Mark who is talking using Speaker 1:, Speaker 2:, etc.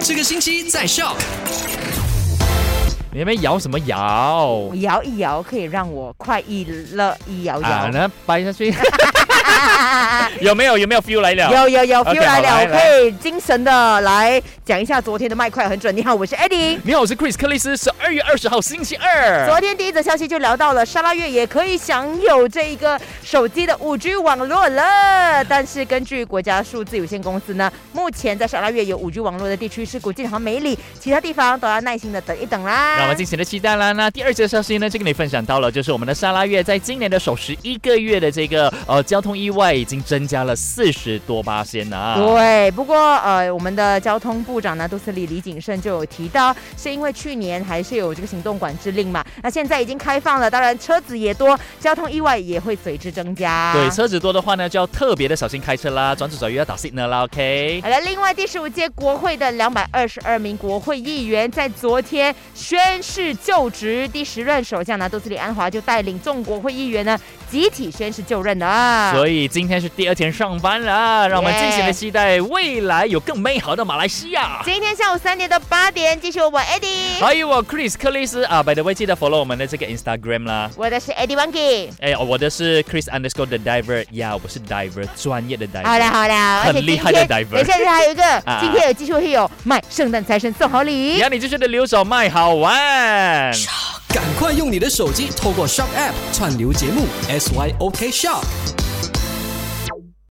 Speaker 1: 这个星期在笑。
Speaker 2: 你们摇什么摇？
Speaker 3: 我摇一摇可以让我快意乐一摇
Speaker 2: 啊，
Speaker 3: 摇。
Speaker 2: 那掰下 去，有没有有没有 feel 来了？
Speaker 3: 有有有
Speaker 2: OK，
Speaker 3: ，feel 来
Speaker 2: 好来
Speaker 3: 了，我
Speaker 2: 来
Speaker 3: 可以精神的来讲一下昨天的麦快很准。你好，我是 Eddie。
Speaker 2: 你好，我是 Chris 克里斯，十二月二十号星期二。
Speaker 3: 昨天第一则消息就聊到了沙拉越也可以享有这一个手机的五 G 网络了，但是根据国家数字有限公司呢，目前在沙拉越有五 G 网络的地区是古晋和梅里，其他地方都要耐心的等一等啦。
Speaker 2: 让我们尽情的期待啦！那第二则消息呢，就跟你分享到了，就是我们的沙拉越在今年的首十一个月的这个呃交通意外已经增加了四十多八仙啊呐。
Speaker 3: 对，不过呃，我们的交通部长呢，杜斯里李景胜就有提到，是因为去年还是有这个行动管制令嘛，那现在已经开放了，当然车子也多，交通意外也会随之增加。
Speaker 2: 对，车子多的话呢，就要特别的小心开车啦，转左转右要打 signal 啦，OK。
Speaker 3: 好了，另外第十五届国会的两百二十二名国会议员在昨天宣誓就职，第十任首相呢杜斯里安华就带领众国会议员呢集体宣誓就任的啊。
Speaker 2: 所以今天是第二天上班啦，让我们尽情的
Speaker 3: Yeah
Speaker 2: 期待未来有更美好的马来西亚。
Speaker 3: 今天下午三点到八点，继续我 Eddie，
Speaker 2: 还有我 Chris 克里斯啊，by the way 记得 follow 我们的这个 Instagram 啦。
Speaker 3: 我的是 Eddie Wangi。
Speaker 2: 哎，我的是 Chris underscore 的 diver 呀，我是 diver 专业的 diver。
Speaker 3: 好了好了，而且
Speaker 2: 很厉
Speaker 3: 今
Speaker 2: 害的
Speaker 3: 天等
Speaker 2: diver
Speaker 3: 一下还有一个
Speaker 2: 啊，
Speaker 3: 今天有继续会有卖圣诞财神送好礼。
Speaker 2: 呀，你就是的留守麦好玩。
Speaker 1: 赶快用你的手机透过 Shop App 串流节目 SYOK Shop。